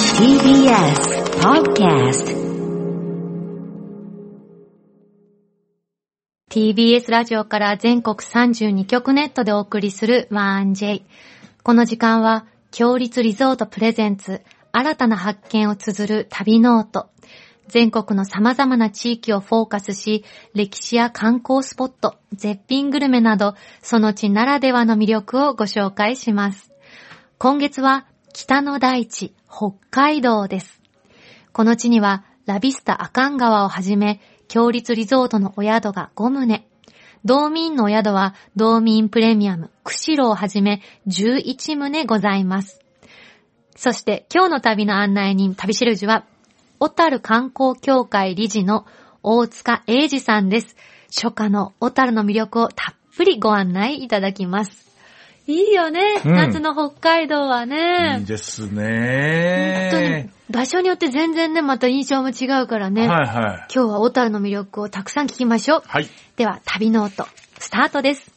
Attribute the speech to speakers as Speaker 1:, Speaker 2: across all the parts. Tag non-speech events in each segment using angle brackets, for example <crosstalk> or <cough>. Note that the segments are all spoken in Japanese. Speaker 1: TBS Podcast
Speaker 2: TBS ラジオから全国32局ネットでお送りする 1J。この時間は、強立リゾートプレゼンツ、新たな発見を綴る旅ノート。全国の様々な地域をフォーカスし、歴史や観光スポット、絶品グルメなど、その地ならではの魅力をご紹介します。今月は、北の大地、北海道です。この地には、ラビスタ阿寒川をはじめ、強立リゾートのお宿が5棟。道民のお宿は、道民プレミアム、釧路をはじめ、11棟ございます。そして、今日の旅の案内人、旅しるじは、小樽観光協会理事の大塚英二さんです。初夏の小樽の魅力をたっぷりご案内いただきます。いいよね、
Speaker 3: うん
Speaker 2: 夏の北海道はね。
Speaker 3: いいです
Speaker 2: 本当に
Speaker 3: ね。
Speaker 2: 場所によって全然ね、また印象も違うからね。
Speaker 3: はいはい。
Speaker 2: 今日は小樽の魅力をたくさん聞きましょう。
Speaker 3: はい。
Speaker 2: では、旅の音、スタートです。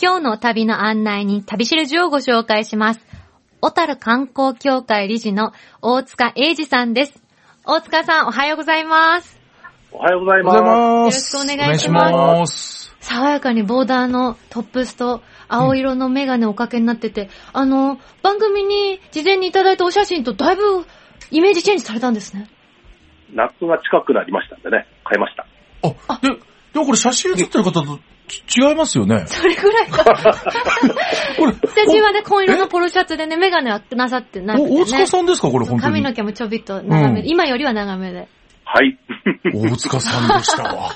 Speaker 2: 今日の旅の案内に旅しるじをご紹介します。小樽観光協会理事の大塚英二さんです。大塚さん、おはようございます。
Speaker 4: おはようござい
Speaker 3: お
Speaker 4: ま
Speaker 3: は
Speaker 4: す。
Speaker 3: ようござい
Speaker 2: よろしくお
Speaker 3: ます。
Speaker 2: 願いし
Speaker 4: ます
Speaker 3: お願いします。
Speaker 2: 爽やかにボーダーのトップスと青色のメガネをおかけになってて、あの、番組に事前にいただいたお写真とだいぶイメージチェンジされたんですね。
Speaker 4: 夏が近くなりましたんでね、買いました。
Speaker 3: あ、で、でもこれ写真写ってる方とち違いますよね。
Speaker 2: それぐらいか。
Speaker 3: これ、
Speaker 2: 私はね、紺色のポロシャツでね、メガネはなさってなくて、ね。
Speaker 3: お大塚さんですかこれ本当
Speaker 2: 髪
Speaker 3: に。
Speaker 2: の毛もちょびっと長めで、
Speaker 3: うん
Speaker 2: 今よりは長めで。
Speaker 4: はい。
Speaker 3: 大塚さんでした
Speaker 2: <laughs>
Speaker 3: わ。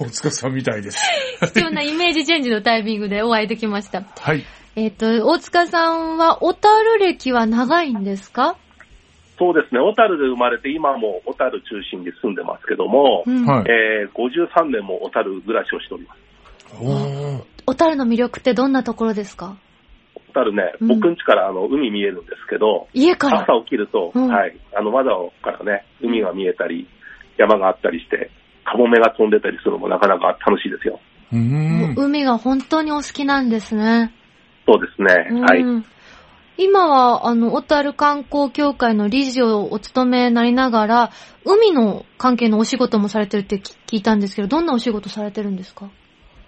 Speaker 3: 大塚さんみたいです。
Speaker 2: 必要なイメージチェンジのタイミングでお会いできま
Speaker 3: <laughs>
Speaker 2: した。
Speaker 3: はい。
Speaker 2: えっ、と、大塚さんは、小樽歴は長いんですか
Speaker 4: そうですね、小樽で生まれて、今も小樽中心に住んでますけども、
Speaker 2: うん。
Speaker 3: はい。
Speaker 4: えー、53年も小樽暮らしをしております。
Speaker 3: おー
Speaker 2: 小樽の魅力ってどんなところですか
Speaker 4: 小樽ね、
Speaker 2: うん
Speaker 4: 僕ん家からあの海見えるんですけど、
Speaker 2: 家から。
Speaker 4: 朝起きると、
Speaker 2: うん
Speaker 4: はい、あの窓からね、海が見えたり、山があったりして、カモメが飛んでたりするのもなかなか楽しいですよ。
Speaker 3: うーん。
Speaker 2: もう海が本当にお好きなんですね。
Speaker 4: そうですね、はい。
Speaker 2: うん今は、あの、小樽観光協会の理事をお務めになりながら、海の関係のお仕事もされてるってき聞いたんですけど、どんなお仕事されてるんですか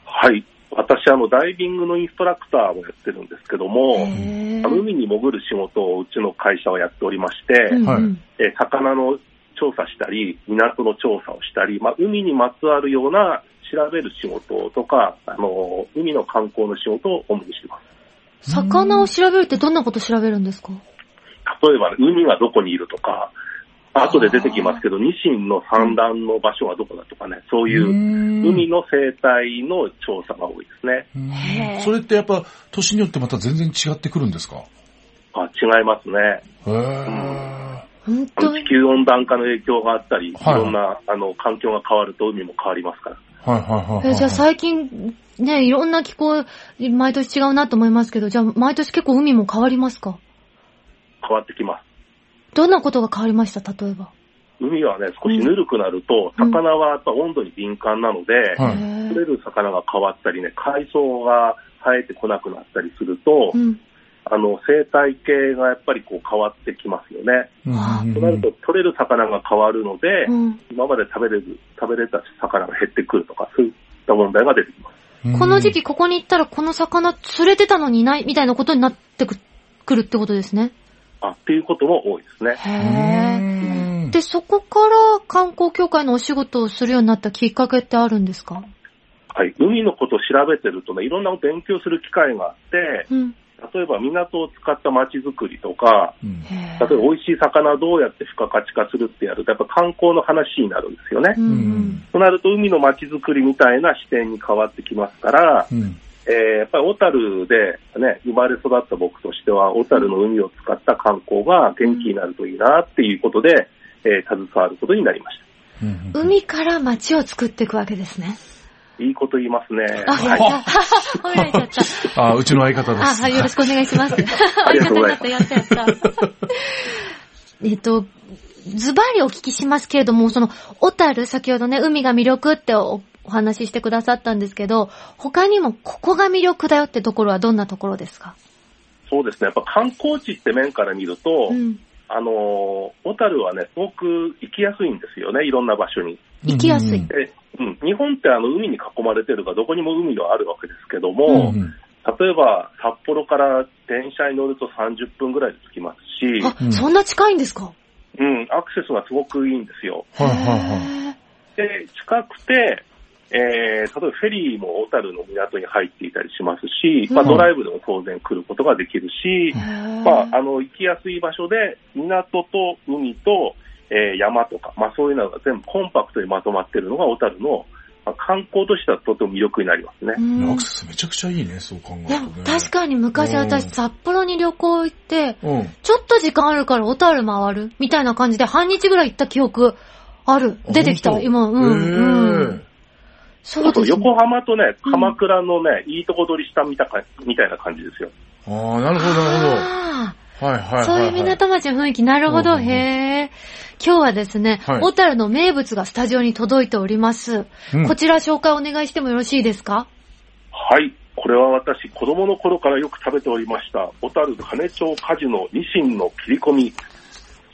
Speaker 4: はい。私、あの、ダイビングのインストラクターをやってるんですけども、
Speaker 2: へー
Speaker 4: 海に潜る仕事をうちの会社はやっておりまして、
Speaker 2: うん
Speaker 3: はい
Speaker 2: うん
Speaker 4: えー魚の調査したり、港の調査をしたり、まあ、海にまつわるような調べる仕事とか、あのー海の観光の仕事を主にしてます。
Speaker 2: 魚を調べるってどんなこと調べるんですか
Speaker 4: 例えば、海がどこにいるとか、後で出てきますけど、ニシンの産卵の場所はどこだとかね、そういう海の生態の調査が多いですね。
Speaker 3: うーん
Speaker 2: へー
Speaker 3: それってやっぱ、年によってまた全然違ってくるんですか
Speaker 4: あ違いますね。
Speaker 3: へー
Speaker 2: 本
Speaker 4: あの
Speaker 2: 当
Speaker 4: 地
Speaker 2: に。
Speaker 4: 球温暖化の影響があったり、い
Speaker 3: はい
Speaker 4: ろんなあの環境が変わると海も変わりますから。
Speaker 3: はいはいはいはいは
Speaker 2: え
Speaker 3: い。
Speaker 2: じゃあ最近、ね、いろんな気候、毎年違うなと思いますけど、じゃあ毎年結構海も変わりますか
Speaker 4: 変わってきます。
Speaker 2: どんなことが変わりました例えば。
Speaker 4: 海はね、少しぬるくなると、
Speaker 2: うん
Speaker 4: 魚はやっぱ温度に敏感なので、
Speaker 3: はい
Speaker 2: へー
Speaker 4: 取れる魚が変わったりね、海藻が生えてこなくなったりすると、
Speaker 2: うん。
Speaker 4: あの生態系がやっぱりこう変わってきますよね。
Speaker 3: うん
Speaker 4: となると、取れる魚が変わるので、
Speaker 2: うん。
Speaker 4: 今まで食べれる食べれた魚が減ってくるとか、そういった問題が出てきます。
Speaker 2: この時期ここに行ったらこの魚釣れてたのにいないみたいなことになってくくるってことですね。
Speaker 4: あっていうことも多いですね。
Speaker 2: へえ。
Speaker 3: ー
Speaker 2: で、そこから観光協会のお仕事をするようになったきっかけってあるんですか
Speaker 4: はい、海のことを調べてるとね、いろんな勉強する機会があって、
Speaker 2: うん。
Speaker 4: 例えば港を使った街づくりとか、
Speaker 3: うん
Speaker 2: へ
Speaker 4: 例えば美味しい魚をどうやって付加価値化するってやると、やっぱ観光の話になるんですよね。
Speaker 2: う
Speaker 3: うんん。
Speaker 4: となると、海の街づくりみたいな視点に変わってきますから、
Speaker 3: うん
Speaker 4: えーやっぱり小樽で、ね、生まれ育った僕としては、小樽の海を使った観光が元気になるといいなっていうことで、えー携わることになりまし
Speaker 3: うん
Speaker 2: うん海から街を作っていくわけですね。
Speaker 4: た。いいこと言いますね。
Speaker 2: あ、や <laughs> った。褒められちゃった。
Speaker 3: あ、うちの相方で
Speaker 2: あ、<laughs>
Speaker 3: す。
Speaker 2: はい、よろしくお願いします。
Speaker 4: ありがとうござい
Speaker 2: <laughs>
Speaker 4: ます
Speaker 2: やったやったやった。えっと、ズバリお聞きしますけれども、その、小樽、先ほどね、海が魅力っておお話ししてくださったんですけど、他にもここが魅力だよってところはどんなところですか
Speaker 4: そうですね。やっぱ観光地って面から見ると、
Speaker 2: うん。
Speaker 4: あのー小樽はね、すごく行きやすいんですよね、いろんな場所に。
Speaker 2: 行きやすい
Speaker 4: でうん、日本ってあの海に囲まれてるから、どこにも海があるわけですけども、
Speaker 3: うんうん
Speaker 4: 例えば札幌から電車に乗ると30分ぐらいで着きますし、
Speaker 2: あ、
Speaker 3: うん
Speaker 2: そんな近いんですか
Speaker 4: うん、アクセスがすごくいいんですよ。
Speaker 3: はいはい
Speaker 2: へー
Speaker 4: で、近くて、えー、例えばフェリーも小樽の港に入っていたりしますし、まあ、
Speaker 3: うん
Speaker 4: ドライブでも当然来ることができるし、
Speaker 2: へー
Speaker 4: まあ、あの、行きやすい場所で、港と海と、えー山とか、まあ、そういうのが全部コンパクトにまとまっているのが小樽の、まあ、観光としてはとても魅力になりますね
Speaker 2: う。ん
Speaker 3: はい。アクセスめちゃくちゃいいね、そう考える
Speaker 2: い
Speaker 3: と
Speaker 2: や
Speaker 3: ね。、
Speaker 2: 確かに昔私
Speaker 3: うん
Speaker 2: 札幌に旅行行って、
Speaker 3: うん。
Speaker 2: ちょっと時間あるから小樽回るみたいな感じで半日ぐらい行った記憶ある。出てき
Speaker 3: あ
Speaker 2: た、
Speaker 3: 本当
Speaker 2: 今。うん。う
Speaker 3: へ
Speaker 2: ん
Speaker 3: え。
Speaker 2: そうですね。
Speaker 4: 横浜とね、鎌倉のね、いいとこ取りしたみたかみたいな感じですよ。
Speaker 3: ああ、なるほど、なる
Speaker 2: あ
Speaker 3: ほど。はいはいはい
Speaker 2: あ、
Speaker 3: は。
Speaker 2: そういう港町の雰囲気、なるほ
Speaker 3: う
Speaker 2: ど、
Speaker 3: んうんうん
Speaker 2: へえ。今日はですね、
Speaker 3: はい
Speaker 2: 小樽の名物がスタジオに届いております。
Speaker 3: うん
Speaker 2: こちら紹介お願いしてもよろしいですか
Speaker 4: はい。これは私、子供の頃からよく食べておりました、小樽金町カジノニシンの切り込み。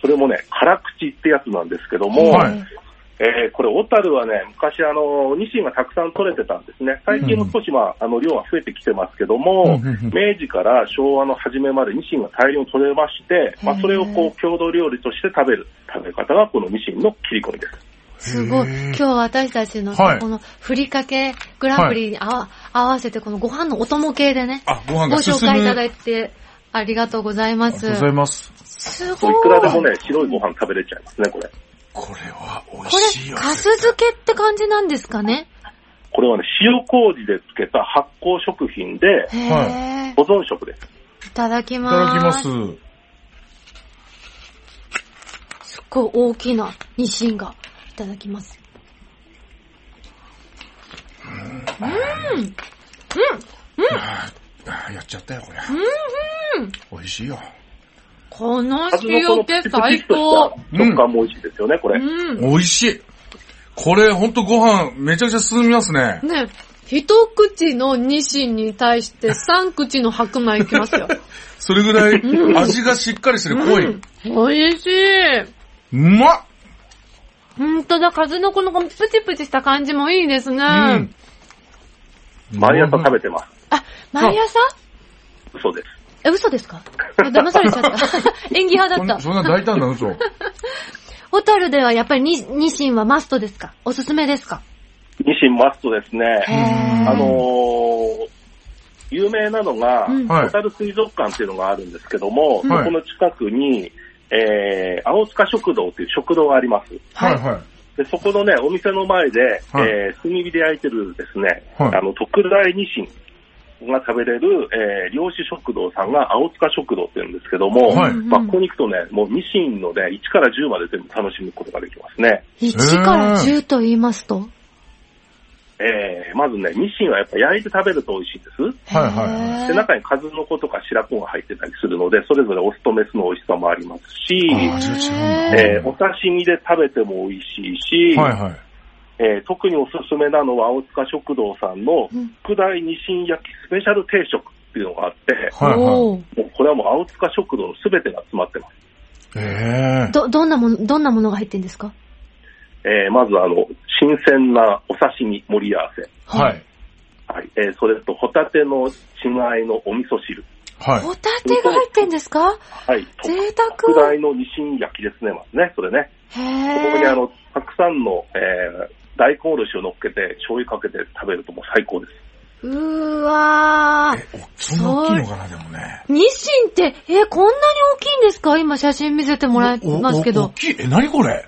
Speaker 4: それもね、辛口ってやつなんですけども、
Speaker 3: は
Speaker 2: へ
Speaker 3: い
Speaker 4: えーこれ小樽はね、昔あの、ニシンがたくさん取れてたんですね。最近も少しまあ、あの、量は増えてきてますけども、
Speaker 3: うんうんうん
Speaker 4: 明治から昭和の初めまでニシンが大量に取れまして、まあ、それをこう、郷土料理として食べる食べ方がこのニシンの切り込みです。
Speaker 2: えすごい。
Speaker 3: へえ
Speaker 2: 今日私たちのさ、
Speaker 3: はい
Speaker 2: このふりかけグランプリにあわ合わせて、このご飯のお供系でね、
Speaker 3: あ、ご飯
Speaker 2: ご
Speaker 3: が進む。
Speaker 2: 紹介いただ
Speaker 3: いて。
Speaker 2: いて、ありがとうござい
Speaker 3: あ
Speaker 2: ま
Speaker 3: りがと
Speaker 2: す
Speaker 3: うご。ざいます。
Speaker 2: す
Speaker 4: も
Speaker 2: ご
Speaker 4: う
Speaker 2: い。
Speaker 4: いくらでもね、白いご飯食べれちゃいますね、これ。
Speaker 3: これは美
Speaker 2: こ
Speaker 3: 味しい
Speaker 2: れ、
Speaker 3: よ。
Speaker 2: かす漬けって感じなんですかね
Speaker 4: これはね、塩麹で漬けた発酵食品で、
Speaker 2: へ
Speaker 3: は
Speaker 2: え。
Speaker 4: 保存食です。
Speaker 2: いただき
Speaker 3: い
Speaker 2: ま。
Speaker 3: ただきますす。
Speaker 2: すっごい大きなニシンが。いただきます。
Speaker 3: あーやっちゃったよ、これ。美味しいよ。
Speaker 2: この
Speaker 4: 数のこの
Speaker 2: 塩
Speaker 4: プ
Speaker 2: 気
Speaker 4: チプ
Speaker 2: 最
Speaker 4: チと
Speaker 2: 高。
Speaker 4: した食感も美味しいですよね、こ
Speaker 2: う
Speaker 4: れ。
Speaker 2: ん。
Speaker 3: 美味しい。これ、ほんとご飯、めちゃくちゃ進みますね。
Speaker 2: ね、一口のニシンに対して三口の白米いきますよ。
Speaker 3: それぐらい、味がしっかりしてる、濃い。
Speaker 2: うん美味しい。
Speaker 3: うまっ
Speaker 2: ほんとだ、数のこのこのプチプチした感じもいいですね。
Speaker 3: うん。
Speaker 4: 毎朝食べてます。
Speaker 2: あ、毎朝
Speaker 4: 嘘です。
Speaker 2: え、嘘ですかあ騙され
Speaker 4: <laughs>
Speaker 2: ちゃった。演技派だった。
Speaker 3: そんそんな大胆な嘘。
Speaker 2: ホタルではやっぱりニニシンはマストですかおすすめですか
Speaker 4: ニシンマストですね。
Speaker 3: ー
Speaker 4: あのー、有名なのが、
Speaker 2: うん
Speaker 3: はい
Speaker 4: 小樽水族館っていうのがあるんですけど
Speaker 3: は
Speaker 4: も、
Speaker 3: い
Speaker 4: そこの近くに、えー、青塚食堂っていう食堂があります。
Speaker 3: はいは
Speaker 4: で、そこのね、お店の前で、
Speaker 3: はい
Speaker 4: えー、炭火で焼いてるですね、
Speaker 3: はい
Speaker 4: あの、特大ニシンが食べれる、えー、漁師食堂さんが青塚食堂って言うんですけども、
Speaker 3: はい
Speaker 4: まあ、ここに行くとね、もうニシンのね、1から10まで全部楽しむことができますね。
Speaker 2: 1から10と言いますと。
Speaker 4: えー、まずね、ニシンはやっぱ焼いて食べると美味しいんです。
Speaker 3: い。はいはいはい。
Speaker 2: へー
Speaker 4: で、中に数の子とか白子が入ってたりするので、それぞれオスとメスの美味しさもありますし、
Speaker 3: あー味が違うんだ
Speaker 4: えー、お刺身で食べても美味しいし、
Speaker 3: はいはい。
Speaker 4: えー特におすすめなのは青塚食堂さんの
Speaker 2: うん
Speaker 4: 副大ニシン焼きスペシャル定食っていうのがあって、
Speaker 3: はいは
Speaker 2: お
Speaker 3: い。
Speaker 2: ー
Speaker 4: もうこれはもう青塚食堂の全てが詰まってます。
Speaker 3: ええ。
Speaker 2: ど、どんなもの、どんなものが入ってんですか
Speaker 4: えーまずあの、新鮮なお刺身盛り合わせ。
Speaker 3: はい。
Speaker 4: はい。えーそれとホタテの血合いのお味噌汁。
Speaker 3: はい。
Speaker 2: ホタテが入ってんですか
Speaker 4: はい。特
Speaker 2: 贅
Speaker 4: 特
Speaker 2: 沢。
Speaker 4: 大のニシン焼きですね、まずね、それね。
Speaker 2: へ
Speaker 4: そこにあ
Speaker 2: ぇ
Speaker 4: の、たくさんの、えー大根おろしを乗っけて、醤油かけて食べるともう最高です。
Speaker 2: うーわー。
Speaker 3: え、おそんな大きいのかな、でもね。
Speaker 2: ニシンって、え、こんなに大きいんですか今写真見せてもらい
Speaker 3: おお
Speaker 2: ますけ
Speaker 3: 大
Speaker 2: ど。
Speaker 3: きい。え、何これ
Speaker 4: はい。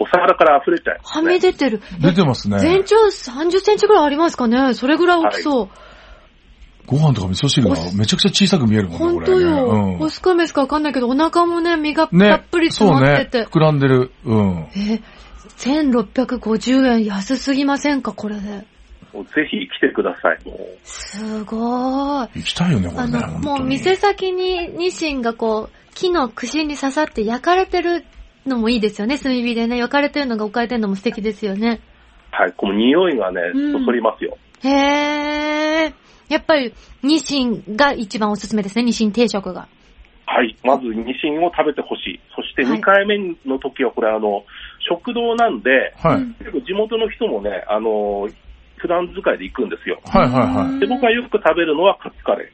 Speaker 4: お皿から溢れちゃいます、
Speaker 2: は
Speaker 4: ね。
Speaker 2: み出てる。
Speaker 3: 出てますね
Speaker 2: 全。長30センチぐらいありますかねそれぐらい大きそう。
Speaker 3: ご飯とか味噌汁がめちゃくちゃ小さく見えるもんね、
Speaker 2: 本
Speaker 3: こ
Speaker 2: 当
Speaker 3: れね。
Speaker 2: よ。
Speaker 3: う
Speaker 2: オ
Speaker 3: ん。
Speaker 2: スカメスかわかんないけど、お腹もね、身がた
Speaker 3: ね
Speaker 2: っぷり、詰ま
Speaker 3: そう
Speaker 2: って
Speaker 3: ね。
Speaker 2: て。
Speaker 3: 膨らんでる。うん。
Speaker 2: え、1650円安すぎませんかこれで。
Speaker 4: もうぜひ来てください。もう
Speaker 2: すごーい。
Speaker 3: 行きたいよね、こ
Speaker 2: あ
Speaker 3: れね。
Speaker 2: の、
Speaker 3: 本当
Speaker 2: もう
Speaker 3: に
Speaker 2: 店先にニシンがこう、木の串に刺さって焼かれてるのもいいですよね。炭火でね、焼かれてるのが置かれてるのも素敵ですよね。
Speaker 4: はい、この匂いがね
Speaker 2: うん、
Speaker 4: そそりますよ。
Speaker 2: へー。やっぱり、ニシンが一番おすすめですね。ニシン定食が。
Speaker 4: はい。まず、ニシンを食べてほしい。そして、
Speaker 2: はい
Speaker 4: 2回目の時は、これ、あの、食堂なんで、
Speaker 3: は
Speaker 2: う
Speaker 3: い
Speaker 2: ん。
Speaker 4: 結構地元の人もね、あの、普段使いで行くんですよ。
Speaker 3: はいはいはい。
Speaker 4: で、僕がよく食べるのはカツカレー。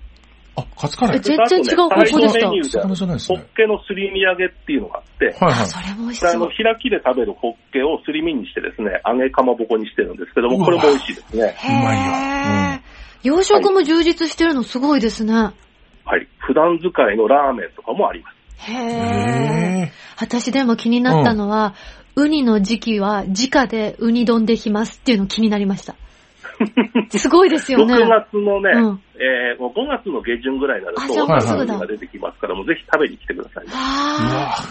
Speaker 3: あ、カツカレ
Speaker 2: え
Speaker 3: ー。
Speaker 2: 全然違う方向でした
Speaker 4: サイドメニューで
Speaker 3: 魚じゃないです
Speaker 4: ホ
Speaker 3: ね
Speaker 4: ッ。ケのすり身揚げっていうのがあって、
Speaker 3: はいは
Speaker 2: あ、
Speaker 3: い。
Speaker 2: それも美味し
Speaker 4: であ
Speaker 2: そ
Speaker 4: の
Speaker 2: う。
Speaker 4: 開きで食べるホッケをすり身にしてですね、揚げかまぼこにしてるんですけども、これも美味しいですね。
Speaker 2: へー
Speaker 3: うまいよ
Speaker 2: 洋食も充実してるのすごいですね。
Speaker 4: はい。普段使いのラーメンとかもあります。
Speaker 2: へー。
Speaker 3: え
Speaker 2: 私でも気になったのは、ウニの時期は直でウニ丼できますっていうの気になりま
Speaker 3: <laughs>
Speaker 2: した。すごいですよ
Speaker 4: 6
Speaker 2: ね。
Speaker 4: 月のね、
Speaker 2: うん
Speaker 4: えーもう5月の下旬ぐらいになる
Speaker 2: あ
Speaker 4: と、
Speaker 2: じゃあ
Speaker 3: もう
Speaker 4: ラ
Speaker 3: す
Speaker 4: ー
Speaker 3: ぐ
Speaker 4: メ
Speaker 3: だ
Speaker 4: ンが出てきますから、もうぜひ食べに来てください
Speaker 3: ー。
Speaker 4: ね。
Speaker 3: う
Speaker 2: わ
Speaker 3: わ
Speaker 2: あ。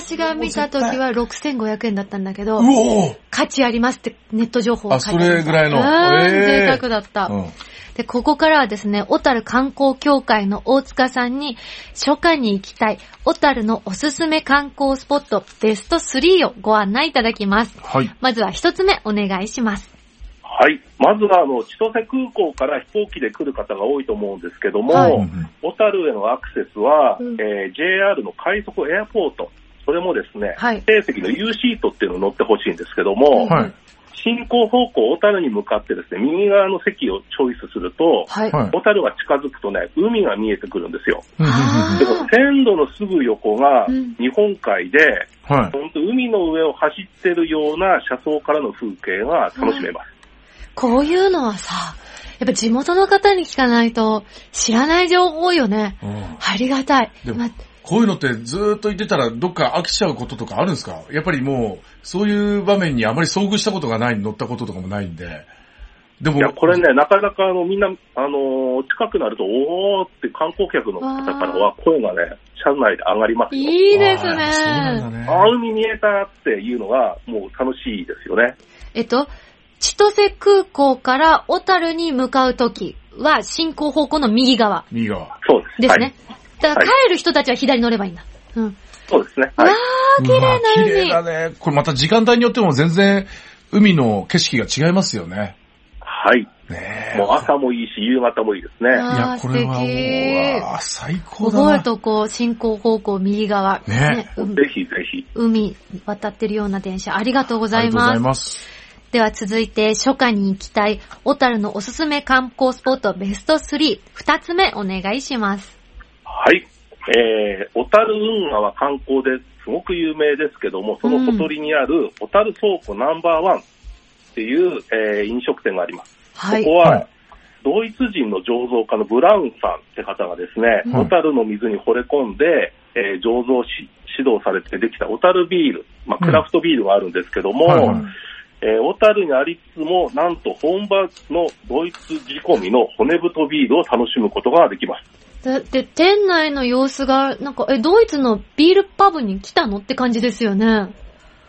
Speaker 2: 私が見た時は6500円だったんだけど
Speaker 3: う、お
Speaker 2: 価値ありますってネット情報を
Speaker 3: あ、
Speaker 2: 書
Speaker 3: そ
Speaker 2: いてありま
Speaker 3: れ
Speaker 2: し
Speaker 3: ぐ
Speaker 2: た
Speaker 3: らいの。
Speaker 2: うん
Speaker 3: え
Speaker 2: 贅
Speaker 3: え
Speaker 2: 沢だった、
Speaker 3: うん。
Speaker 2: で、ここからはですね、小樽観光協会の大塚さんに、初夏に行きたい、小樽のおすすめ観光スポットベスト3をご案内いただきます。
Speaker 3: はい。
Speaker 2: まずは一つ目お願いします。
Speaker 4: はい。まずは、あの、千歳空港から飛行機で来る方が多いと思うんですけども、
Speaker 2: はい
Speaker 3: うんうん
Speaker 4: 小樽へのアクセスは、
Speaker 2: うん
Speaker 4: えー JR の快速エアポート、それもですね、
Speaker 2: はい。
Speaker 4: 指定席の U シートっていうのを乗ってほしいんですけども、
Speaker 2: うん
Speaker 3: はい。
Speaker 4: 進行方向、小樽に向かってですね、右側の席をチョイスすると、
Speaker 2: はい。
Speaker 3: はい。
Speaker 4: 小樽が近づくとね、海が見えてくるんですよ。
Speaker 3: うんうんうん
Speaker 4: で
Speaker 2: あ
Speaker 4: も
Speaker 2: ー
Speaker 4: 線路のすぐ横が
Speaker 2: うん
Speaker 4: 日本海で、
Speaker 3: はい。
Speaker 4: 本当海の上を走ってるような車窓からの風景が楽しめます。
Speaker 2: こういうのはさ、やっぱ地元の方に聞かないと知らない情報多いよね。
Speaker 3: うん
Speaker 2: ありがたい。
Speaker 3: でも
Speaker 2: まあ
Speaker 3: こういうのってずーっと言ってたらどっか飽きちゃうこととかあるんですかやっぱりもう、そういう場面にあまり遭遇したことがない、乗ったこととかもないんで。でも、
Speaker 4: いや、これね、なかなかあのみんな、あのー近くなると、おーって観光客の方からは声がね、車内で上がりますよ。
Speaker 2: いいです
Speaker 3: あーそうなん
Speaker 2: ね。
Speaker 3: だね。
Speaker 4: あー、海見えたっていうのがもう楽しいですよね。
Speaker 2: えっと、千歳空港から小樽に向かうときは進行方向の右側
Speaker 3: 右側。
Speaker 4: そうです。
Speaker 2: です
Speaker 4: はい
Speaker 2: ね。。だから帰る人たちは左乗ればいいんだ。うん。
Speaker 4: そうですね。
Speaker 2: う
Speaker 4: は
Speaker 2: わ
Speaker 4: い。
Speaker 2: ー、綺麗な
Speaker 3: うわ
Speaker 2: 海。
Speaker 3: 綺麗だね。これまた時間帯によっても全然海の景色が違いますよね。
Speaker 4: はい。
Speaker 3: ねえ。
Speaker 4: もう朝もいいし、夕方もいいですね。
Speaker 2: あ
Speaker 3: いや、これはも
Speaker 2: 素
Speaker 3: う、
Speaker 2: 敵
Speaker 3: うわ最高だな。
Speaker 2: 覚えとこう、進行方向右側。
Speaker 3: ね
Speaker 2: うん
Speaker 4: ぜひぜひ。
Speaker 2: 海渡ってるような電車、ありがとうござ
Speaker 3: あり
Speaker 2: い
Speaker 3: がとうご
Speaker 2: ま
Speaker 3: ざ
Speaker 2: す
Speaker 3: い。ます。
Speaker 2: では続いて、初夏に行きたい、小樽のおすすめ観光スポットベスト3、二つ目お願いします。
Speaker 4: はい。えー、小樽運河は観光ですごく有名ですけども、そのほとりにある小樽倉庫ナンバーワンっていう、えー飲食店があります。
Speaker 2: はい
Speaker 4: ここ。
Speaker 3: は。
Speaker 4: はいドイツ人の醸造家のブラウンさんって方がですね、
Speaker 3: はい
Speaker 4: 小樽の水に惚れ込んで、えー醸造し指導されてできた小樽ビール、まあ、
Speaker 3: うん
Speaker 4: クラフトビールがあるんですけども、
Speaker 3: はいはい
Speaker 4: えー小樽にありつつも、なんと本場のドイツ仕込みの骨太ビールを楽しむことができます。
Speaker 2: だって、店内の様子が、なんか、え、ドイツのビールパブに来たのって感じですよね。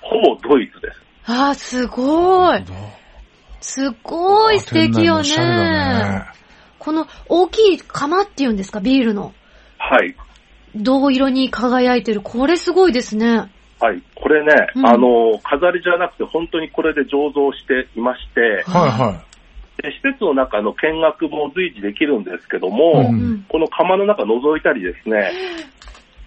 Speaker 4: ほぼドイツです。
Speaker 2: あー、すごい。すごい素敵よ
Speaker 3: あ店内もおしゃれだ
Speaker 2: ね。
Speaker 3: ね
Speaker 2: この大きい釜っていうんですか、ビールの。
Speaker 4: はい。
Speaker 2: 銅色に輝いてる。これすごいですね。
Speaker 4: はい。これね、
Speaker 2: うん
Speaker 4: あの、飾りじゃなくて、本当にこれで醸造していまして、
Speaker 3: はいは
Speaker 4: で施設の中の見学も随時できるんですけども、
Speaker 2: う
Speaker 3: う
Speaker 2: んん。
Speaker 4: この釜の中覗いたりですね、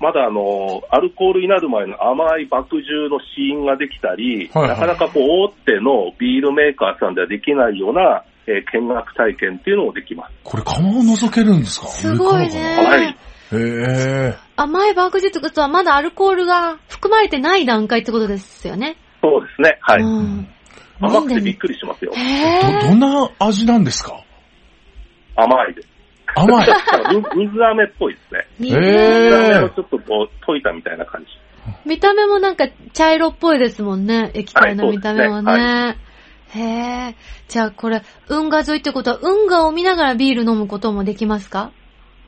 Speaker 4: まだあの、アルコールになる前の甘い麦汁の試飲ができたり、
Speaker 3: はいはい
Speaker 4: なかなかこう、大手のビールメーカーさんではできないような、えー見学体験っていうのもできます
Speaker 3: い。。これ釜を覗けるんですか
Speaker 2: すごいね。
Speaker 3: 上か
Speaker 4: はい
Speaker 3: らかなへえ。
Speaker 2: 甘いバークジェットとはまだアルコールが含まれてない段階ってことですよね。
Speaker 4: そうですね。はい。
Speaker 2: うん。
Speaker 4: 甘くてびっくりしますよ。
Speaker 2: へ
Speaker 3: ど、
Speaker 2: ぇ
Speaker 3: どんな味なんですか
Speaker 4: 甘いです。
Speaker 3: 甘い。
Speaker 4: だからむ <laughs> 水飴っぽいですね。
Speaker 2: ー。
Speaker 3: へ
Speaker 4: 水
Speaker 3: ー
Speaker 4: 飴をちょっとこう、溶いたみたいな感じ。
Speaker 2: 見た目もなんか茶色っぽいですもんね。液体の
Speaker 4: はい
Speaker 2: 見た目もね。へー。じゃあこれ、運河沿いってことは、運河を見ながらビール飲むこともできますか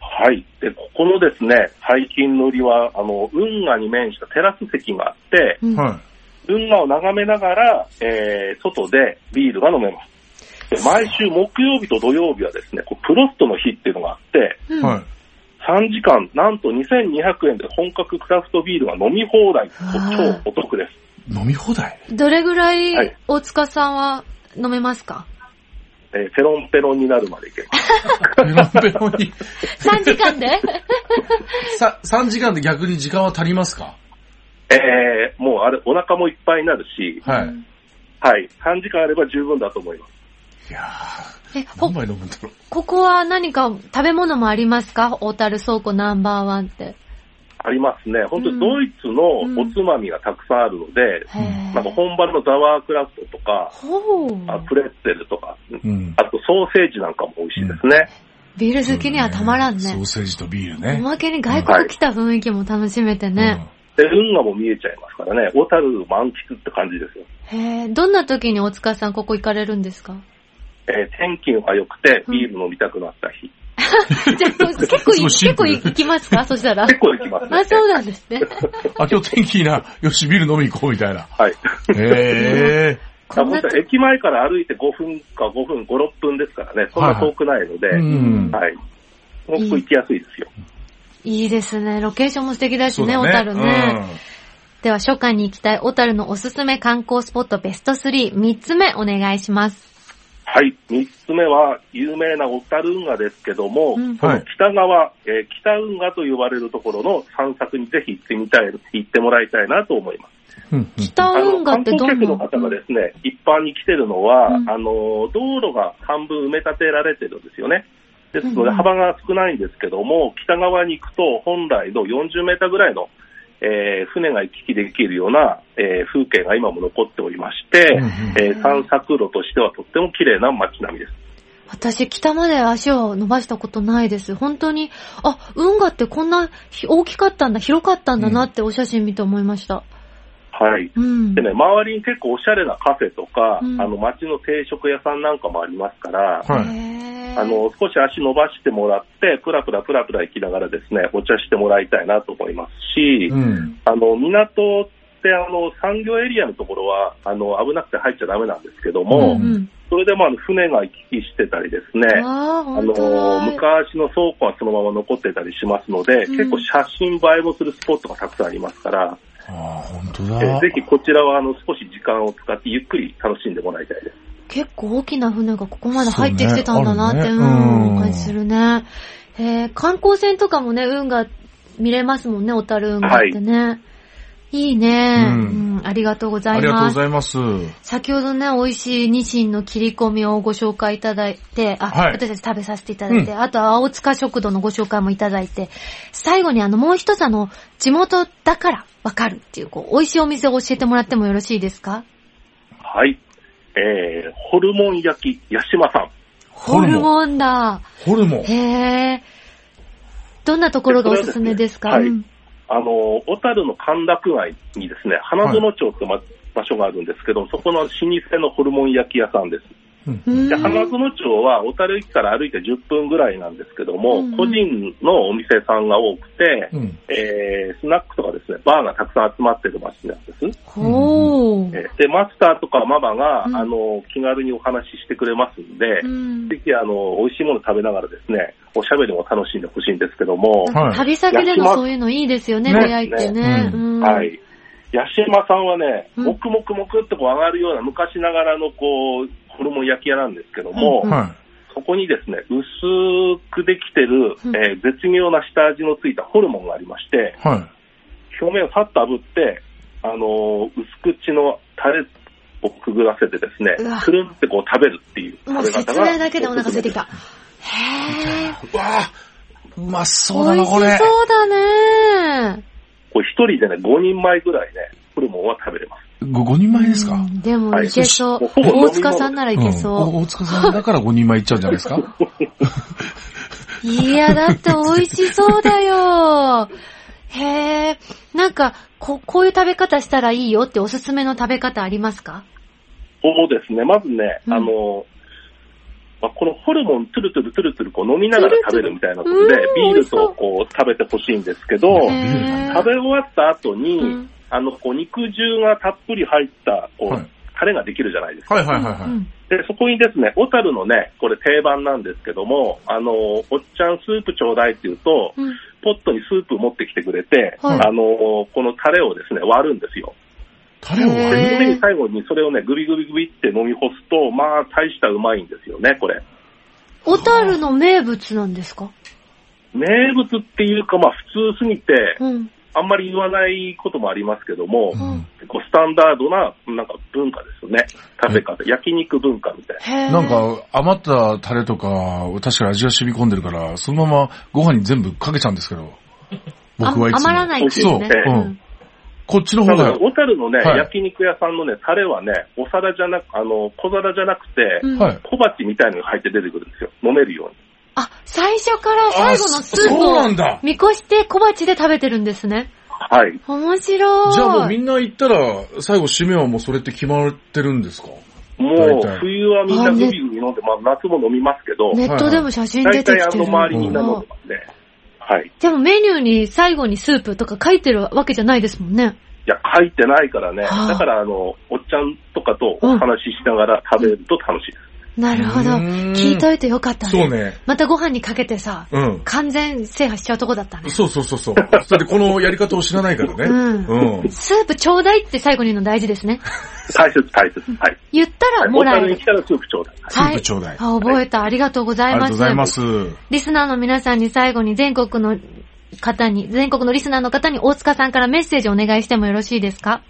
Speaker 4: はい。で、ここのですね、最近乗りは、あの、運河に面したテラス席があって、
Speaker 2: うん
Speaker 3: は
Speaker 4: 運河を眺めながら、えー、外でビールが飲めます。で、毎週木曜日と土曜日はですね、こうプロストの日っていうのがあって、
Speaker 2: う
Speaker 3: い。
Speaker 2: ん
Speaker 3: はい。
Speaker 4: 3時間、なんと2200円で本格クラフトビールが飲み放題。超お得です。
Speaker 3: 飲み放題 <laughs>
Speaker 2: どれぐら
Speaker 4: はいい
Speaker 2: 大塚さんは飲めますか、
Speaker 4: えーペロンペロンになるまでいけます。
Speaker 3: ペロンペロンに。
Speaker 2: 3時間で
Speaker 3: さ、3時間で逆に時間は足りますか
Speaker 4: えー、もうあれ、お腹もいっぱいになるし、
Speaker 3: はい。
Speaker 4: はい、3時間あれば十分だと思います。
Speaker 3: いや
Speaker 2: <laughs> え
Speaker 3: ー、
Speaker 2: ほ
Speaker 3: 何杯飲むんだろう。
Speaker 2: ここは何か食べ物もありますか大樽倉庫ナンバーワンって。
Speaker 4: ありますね。本当
Speaker 2: うん
Speaker 4: にドイツのおつまみがたくさんあるので、
Speaker 2: へー
Speaker 4: なんか本場のザワークラフトとか、
Speaker 2: ほう。
Speaker 4: あプレッツェルとか、
Speaker 3: うん。
Speaker 4: あとソーセージなんかも美味しいですね。
Speaker 2: ビール好きにはたまらん
Speaker 3: ソ
Speaker 2: ね
Speaker 3: ー。セージとビール
Speaker 2: お
Speaker 3: ね。
Speaker 2: まけに外国来た雰囲気も楽しめてね。
Speaker 4: で、運河も見えちゃいますからね、小樽満喫って感じですよ。
Speaker 2: へーどんな時に大塚さんここ行かれるんですか
Speaker 4: えー天気が良くて、ビール飲みたくなった日。
Speaker 2: じゃあ、結構い、
Speaker 3: そうシ
Speaker 2: 結
Speaker 3: ンプ
Speaker 2: 構
Speaker 3: ル
Speaker 2: い行きますかそ
Speaker 4: <laughs>
Speaker 2: したら。
Speaker 4: 結構行きますね。
Speaker 2: あ、そうなんですね。
Speaker 3: うん。あ、今日天気いいな。よし、ビール飲み行こう、みたいな。
Speaker 4: はい。
Speaker 3: へえ。
Speaker 4: あ
Speaker 2: こん
Speaker 4: 本
Speaker 2: なと
Speaker 4: 当駅前から歩いて5分か5分、5、6分ですからね、そんな遠くないので、
Speaker 3: う
Speaker 4: はい。
Speaker 3: ん。
Speaker 4: すごく行きやすいですよ。
Speaker 2: いいですね。ロケーションも素敵だし
Speaker 3: そう
Speaker 2: ね、
Speaker 3: だ
Speaker 2: 小樽ね。
Speaker 3: うん
Speaker 2: では、初夏に行きたい小樽のおすすめ観光スポットベスト3、3つ目お願いします。
Speaker 4: はい。3つ目は、有名な小樽運河ですけども、
Speaker 2: うん
Speaker 4: その北側、えー北運河と呼ばれるところの散策にぜひ行ってみたい、行ってもらいたいなと思います。
Speaker 3: うんうん
Speaker 2: 北
Speaker 4: あ
Speaker 2: 運河
Speaker 4: の、観
Speaker 2: って
Speaker 4: 光
Speaker 2: どん
Speaker 4: 客
Speaker 2: な
Speaker 4: の方がですね、一般に来てるのは、
Speaker 2: うん
Speaker 4: あの、道路が半分埋め立てられてるんですよね。です
Speaker 2: う
Speaker 4: の
Speaker 2: んう
Speaker 4: で、
Speaker 2: ん
Speaker 4: 幅が少ないんですけども、北側に行くと、本来の40メーターぐらいの、えー船が行き来できるような、えー風景が今も残っておりまして、
Speaker 3: うんうん
Speaker 4: えー散策路としてはとっても綺麗な街並みです。
Speaker 2: 私、北まで足を伸ばしたことないです。本当に、あ、運河ってこんなひ大きかったんだ、広かったんだなってお写真見て思いました。
Speaker 4: はい。
Speaker 2: うん。
Speaker 4: でね、周りに結構おしゃれなカフェとか、
Speaker 2: うん
Speaker 4: あの、街の定食屋さんなんかもありますから、
Speaker 3: はい。
Speaker 2: へー
Speaker 4: あの、少し足伸ばしてもらって、プラプラプラプラ行きながらですね、お茶してもらいたいなと思いますし、
Speaker 3: うん。
Speaker 4: あの、港ってあの、産業エリアのところは、あの、危なくて入っちゃダメなんですけども、
Speaker 2: うんうん。
Speaker 4: それでもあの、船が行き来してたりですね、
Speaker 2: ああ、
Speaker 4: あ
Speaker 2: 本
Speaker 4: の、
Speaker 2: 当だ。
Speaker 4: 昔の倉庫はそのまま残ってたりしますので、
Speaker 2: うん
Speaker 4: 結構写真映えもするスポットがたくさんありますから、
Speaker 3: ああ、本当
Speaker 4: えー
Speaker 3: だ。
Speaker 4: ぜひこちらはあの、少し時間を使ってゆっくり楽しんでもらいたいです。
Speaker 2: 結構大きな船がここまで入ってきてたんだなって、
Speaker 3: そううね
Speaker 2: ん、
Speaker 3: うん
Speaker 2: 感じするね。えー、観光船とかもね、運河見れますもんね、小樽運河ってね。い、いね、う
Speaker 3: うん
Speaker 2: ん。ありがとうござ
Speaker 3: あ
Speaker 2: い
Speaker 3: りがとう
Speaker 2: ま
Speaker 3: ご
Speaker 2: す。
Speaker 3: ざいます。
Speaker 2: 先ほどね、美味しいニシンの切り込みをご紹介いただいて、あ、
Speaker 3: はい
Speaker 2: 私たち食べさせていただいて、あと青塚食堂のご紹介もいただいて、最後にあの、もう一つあの、地元だからわかるっていう、こう、美味しいお店を教えてもらってもよろしいですか
Speaker 4: はい。えー、ホルモン焼き、八島さん。
Speaker 2: ホ
Speaker 3: ホ
Speaker 2: ル
Speaker 3: ルモン
Speaker 2: モンだ。
Speaker 3: ホルモン。
Speaker 2: へえ。どんなところがおすすめですか
Speaker 4: これはです
Speaker 2: う
Speaker 4: ね
Speaker 2: ん
Speaker 4: あの、小樽の歓楽街にですね、花園町って、ま場所があるんですけど、そこの老舗のホルモン焼き屋さんです。
Speaker 2: うん
Speaker 4: で、花園町は小樽駅から歩いて10分ぐらいなんですけども、
Speaker 2: うんうん
Speaker 4: 個人のお店さんが多くて、
Speaker 3: うん。
Speaker 4: えー、スナックとかですね、バーがたくさん集まってる街なんです。
Speaker 2: ほ
Speaker 4: え
Speaker 2: ー。
Speaker 4: ーで、マスターとかママが、
Speaker 2: うん
Speaker 4: あの、気軽にお話ししてくれますんで、
Speaker 2: うん
Speaker 4: ぜひ、あの、美味しいもの食べながらですね、おしゃべりも楽しんでほしいんですけども、
Speaker 2: なんか旅先でのそういうのいいですよね、
Speaker 3: ね
Speaker 2: 出会いってね。
Speaker 3: ね
Speaker 2: うん
Speaker 4: はい。八島さんはね、
Speaker 2: うん
Speaker 4: もくもくもくってこう上がるような昔ながらのこう、ホルモン焼き屋なんですけども、
Speaker 2: うん
Speaker 3: は
Speaker 4: そこにですね、薄くできてる、
Speaker 2: うん
Speaker 4: えー絶妙な下味のついたホルモンがありまして、
Speaker 3: い。はい。
Speaker 4: 表面をさっと炙って、あのー薄口のタレをくぐらせてですね
Speaker 2: うわ、
Speaker 4: くるんってこう食べるっていう
Speaker 2: も
Speaker 4: 食
Speaker 2: う
Speaker 4: べ
Speaker 2: 説
Speaker 4: 方が。
Speaker 2: 明だけでお腹空いてきた。へー。
Speaker 3: うわあ、うまそうだ
Speaker 2: 美
Speaker 3: な、
Speaker 2: 味し
Speaker 3: こ
Speaker 2: そう
Speaker 3: れ。
Speaker 2: だね。
Speaker 4: これ一人でね、5人前ぐらいね、ホルモンは食べれます。
Speaker 3: ご5人前ですか、
Speaker 2: うんでもいけそう。
Speaker 4: はいもうほぼ飲み物
Speaker 2: 大塚さんならいけ
Speaker 3: うん
Speaker 2: そ
Speaker 3: お大塚さんだから5人前いっちゃうんじゃないですか
Speaker 2: う。いや、だって美味しそうだよ。へー。なんか、こ、こういう食べ方したらいいよっておすすめの食べ方ありますか
Speaker 4: そうですね、まずね、
Speaker 2: うん
Speaker 4: あの、まあ、このホルモン、トゥルトゥルトゥルトゥルこう飲みながら食べるみたいなことで
Speaker 2: トゥルトゥルう、ん
Speaker 4: ビー
Speaker 2: 美味
Speaker 4: ル
Speaker 2: しそう
Speaker 4: とこう食べてほしいんですけど、
Speaker 3: え
Speaker 2: へー
Speaker 4: 食べ終わった後に、
Speaker 2: うん
Speaker 4: あの、こう肉汁がたっぷり入った、こう、
Speaker 3: はい
Speaker 4: タレができるじゃないですか。
Speaker 3: はいはいはいは
Speaker 2: う
Speaker 3: い。
Speaker 2: ん
Speaker 4: で、そこにですね、小樽のね、これ定番なんですけども、あの、おっちゃんスープちょうだいって言うと、
Speaker 2: うん
Speaker 4: ポットにスープ持ってきてくれて、
Speaker 2: はい
Speaker 4: あの、このタレをですね、割るんですよ。
Speaker 3: タレを
Speaker 2: へ
Speaker 3: 割
Speaker 2: ー
Speaker 3: る。
Speaker 4: で最後にそれをね、ぐびぐびぐびって飲み干すと、まあ、大したうまいんですよね、これ。
Speaker 5: 小樽の名物なんですか
Speaker 4: 名物っていうか、まあ、普通すぎて、
Speaker 5: うん。
Speaker 4: あんまり言わないこともありますけども、
Speaker 3: うん
Speaker 4: 結構スタンダードな、なんか文化ですよね。食べ方。焼肉文化みたいな。
Speaker 5: へー
Speaker 3: なん、か余ったタレとか、確かに味が染み込んでるから、そのままご飯に全部かけちゃうんですけど、僕はいつも。
Speaker 2: 余らないですね。
Speaker 4: そう
Speaker 3: うん
Speaker 2: ん
Speaker 3: こっちの
Speaker 4: な
Speaker 3: 方
Speaker 4: んか
Speaker 3: が
Speaker 4: ね、、小樽のね、
Speaker 3: はい
Speaker 4: 焼肉屋さんのね、タレはね、お皿じゃなく、あの、小皿じゃなくて、
Speaker 5: うん
Speaker 3: はい。
Speaker 4: 小鉢みたいのが入って出てくるんですよ。飲めるように。
Speaker 2: あ、最初から最後のスープ
Speaker 3: そうなん
Speaker 2: を
Speaker 3: だ。
Speaker 2: 見越して小鉢で食べてるんですね。
Speaker 4: はい。
Speaker 2: 面白い。
Speaker 3: じゃあもうみんな行ったら、最後締めはもうそれって決まってるんですか
Speaker 4: も
Speaker 3: 大
Speaker 4: う
Speaker 3: 体、
Speaker 4: 冬はみんなグビグビ飲んで、まあ、夏も飲みますけど、
Speaker 5: ネットでも写真出
Speaker 4: 大
Speaker 5: てき
Speaker 4: 体
Speaker 5: て
Speaker 4: あの
Speaker 5: る。
Speaker 4: 周りみんな飲んでますね。はい。
Speaker 2: でもメニューに最後にスープとか書いてるわけじゃないですもんね。
Speaker 4: いや、書いてないからね。
Speaker 2: はあ
Speaker 4: だから、あの、おっちゃんとかとお話ししながら食べると楽しいです。
Speaker 2: なるほど。
Speaker 3: うーん
Speaker 2: 聞いといてよかったね。
Speaker 3: そうね。
Speaker 2: またご飯にかけてさ、
Speaker 3: うん。
Speaker 2: 完全制覇しちゃうとこだったね。
Speaker 3: そうそうそう <laughs> そう。だってこのやり方を知らないからね。
Speaker 2: うん
Speaker 3: うん。
Speaker 2: スープちょうだいって最後に言うの大事ですね。
Speaker 4: 大切、大切。はい。
Speaker 2: 言ったら
Speaker 4: お
Speaker 2: もらえ
Speaker 4: 金に
Speaker 2: る
Speaker 4: 来。たらスープちょうだい。
Speaker 3: スープちょうだい。
Speaker 2: あ、覚えた。ありがとうござ
Speaker 3: あ
Speaker 2: い
Speaker 3: りが
Speaker 2: ま
Speaker 3: とう
Speaker 2: す。
Speaker 3: ございます。
Speaker 2: リスナーの皆さんに最後に全国の方に、全国のリスナーの方に大塚さんからメッセージお願いしてもよろしいですか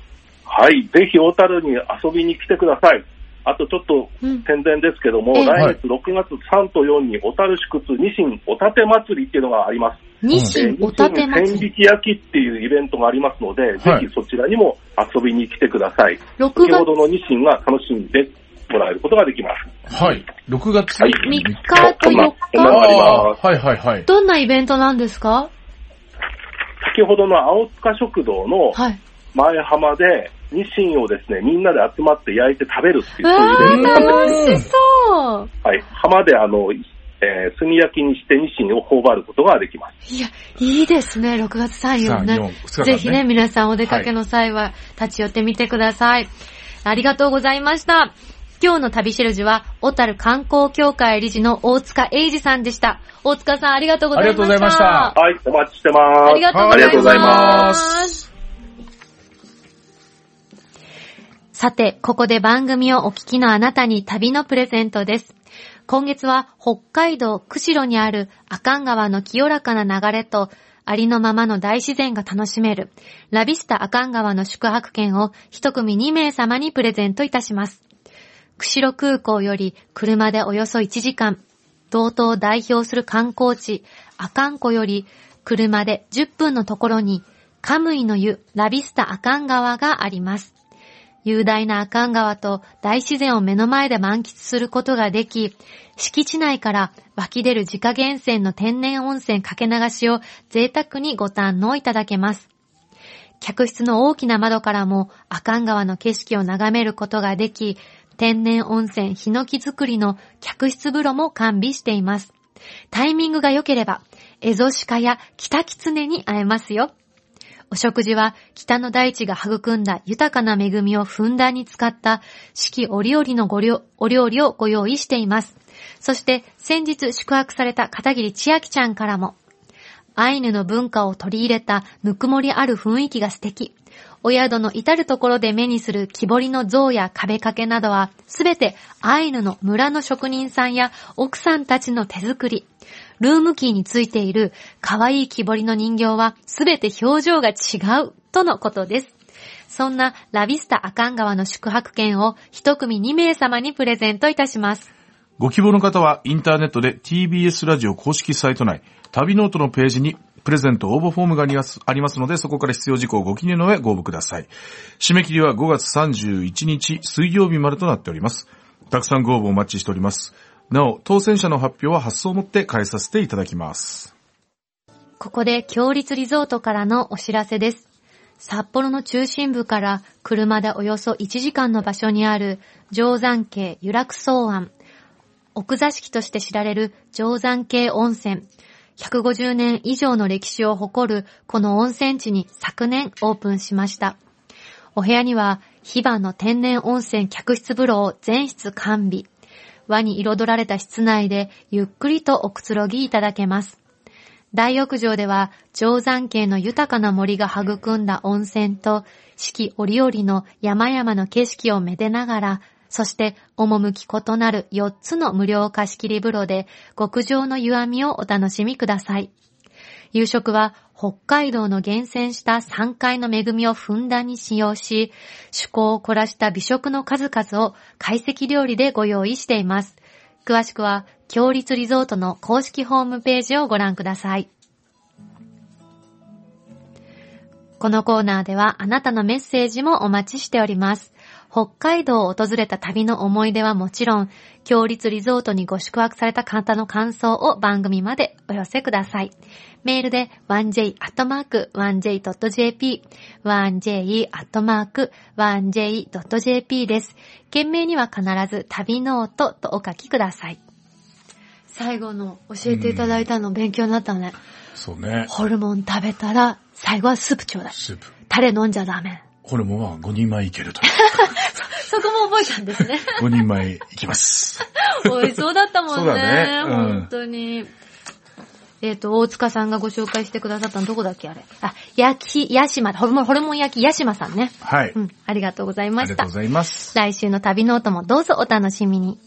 Speaker 4: はい。ぜひ、小樽に遊びに来てください。あと、ちょっと
Speaker 2: うん、
Speaker 4: 宣伝ですけども、
Speaker 2: ええ
Speaker 4: 来月6月3と4に、小樽祝津ニシンおたて祭りっていうのがあります。
Speaker 2: ニシ
Speaker 4: え
Speaker 2: ン
Speaker 4: ー
Speaker 2: おたて祭
Speaker 4: ニシン
Speaker 2: り。
Speaker 4: 千引き焼きっていうイベントがありますので、
Speaker 3: はい
Speaker 4: ぜひそちらにも遊びに来てください。
Speaker 2: 6月
Speaker 4: 先ほどのニシンが楽しんでもらえることができます。
Speaker 3: はい。6月
Speaker 4: はい
Speaker 2: 3日と4
Speaker 4: こんなのあ
Speaker 2: 日
Speaker 4: ります
Speaker 3: あーはいはいはい。
Speaker 2: どんなイベントなんですか
Speaker 4: 先ほどの青塚食堂の
Speaker 2: はい。
Speaker 4: 前浜で、ニシンをですね、みんなで集まって焼いて食べるっていう
Speaker 2: うわ
Speaker 4: そういうイベ
Speaker 2: ー、楽
Speaker 4: ント
Speaker 2: しそう。
Speaker 4: はい。浜であの、えー炭焼きにしてニシンを頬張ることができます。
Speaker 2: いや、いいですね、6月3、4ね。
Speaker 3: 3 4二日間ね
Speaker 2: ぜひね、皆さんお出かけの際は立ち寄ってみてください。ありがとうございました。今日の旅しるじは、小樽観光協会理事の大塚英二さんでした。大塚さん、ありがとうございました。
Speaker 3: ありがとうございました
Speaker 4: はい、お待ちしてます。
Speaker 2: ありがとうご
Speaker 4: あり
Speaker 2: ざ
Speaker 4: がと
Speaker 2: いう
Speaker 4: ござい
Speaker 2: ま
Speaker 4: ます。
Speaker 2: す。さて、ここで番組をお聞きのあなたに旅のプレゼントです。今月は北海道釧路にある阿寒川の清らかな流れとありのままの大自然が楽しめるラビスタ阿寒川の宿泊券を一組2名様にプレゼントいたします。釧路空港より車でおよそ1時間、道東を代表する観光地、阿寒湖より車で10分のところに、カムイの湯、ラビスタ阿寒川があります。雄大な阿寒川と大自然を目の前で満喫することができ、敷地内から湧き出る自家源泉の天然温泉かけ流しを贅沢にご堪能いただけます。客室の大きな窓からも阿寒川の景色を眺めることができ、天然温泉ヒノキ作りの客室風呂も完備しています。タイミングが良ければ、エゾシカやキタキツネに会えますよ。お食事は北の大地が育んだ豊かな恵みをふんだんに使った四季折々のご料お料理をご用意しています。そして先日宿泊された片桐千秋ちゃんからもアイヌの文化を取り入れたぬくもりある雰囲気が素敵。お宿の至るところで目にする木彫りの像や壁掛けなどは、すべてアイヌの村の職人さんや奥さんたちの手作り。ルームキーについている可愛い木彫りの人形は、すべて表情が違う、とのことです。そんなラビスタ阿寒川の宿泊券を一組2名様にプレゼントいたします。
Speaker 6: ご希望の方はインターネットで TBS ラジオ公式サイト内、旅ノートのページにプレゼント応募フォームがありますありますので、そこから必要事項をご記入の上ご応募ください。締め切りは5月31日水曜日までとなっております。たくさんご応募お待ちしております。なお、当選者の発表は発送をもって返させていただきます。
Speaker 2: ここで強立リゾートからのお知らせです。札幌の中心部から車でおよそ1時間の場所にある定山渓由楽草庵、奥座敷として知られる定山渓温泉、150年以上の歴史を誇るこの温泉地に昨年オープンしました。お部屋には、ヒバの天然温泉客室風呂を全室完備。和に彩られた室内でゆっくりとおくつろぎいただけます。大浴場では、定山系の豊かな森が育んだ温泉と、四季折々の山々の景色をめでながら、そして、趣異なる4つの無料貸し切り風呂で、極上の湯あみをお楽しみください。夕食は北海道の厳選した山海の恵みをふんだんに使用し、趣向を凝らした美食の数々を懐石料理でご用意しています。詳しくは、強立リゾートの公式ホームページをご覧ください。このコーナーではあなたのメッセージもお待ちしております。北海道を訪れた旅の思い出はもちろん、強立リゾートにご宿泊された方の感想を番組までお寄せください。メールで 1j.1j.jp、1j.1j.jp です。件名には必ず旅ノートとお書きください。
Speaker 5: 最後の教えていただいたの勉強になったのね。
Speaker 3: そうね。
Speaker 5: ホルモン食べたら、最後はスープちょうだい。
Speaker 3: スープ。
Speaker 5: タレ飲んじゃダメ。
Speaker 3: ホルモンは5人前いけると。
Speaker 5: そこも覚えたんですね。 <laughs>
Speaker 6: <laughs>
Speaker 3: 5人前いきます。
Speaker 5: 美味しそうだったもんね。
Speaker 3: そうだねうん
Speaker 5: 本当に。えっ、と、大塚さんがご紹介してくださったのどこだっけあれ。あ、焼き、ヤシマ、ホルモン、ホルモン焼き、ヤシマさんね。
Speaker 3: はい。
Speaker 5: うん、ありがとうござい
Speaker 3: あ
Speaker 5: ま
Speaker 3: り
Speaker 5: した
Speaker 3: がとうご。ざいます。
Speaker 2: 来週の旅ノートもどうぞお楽しみに。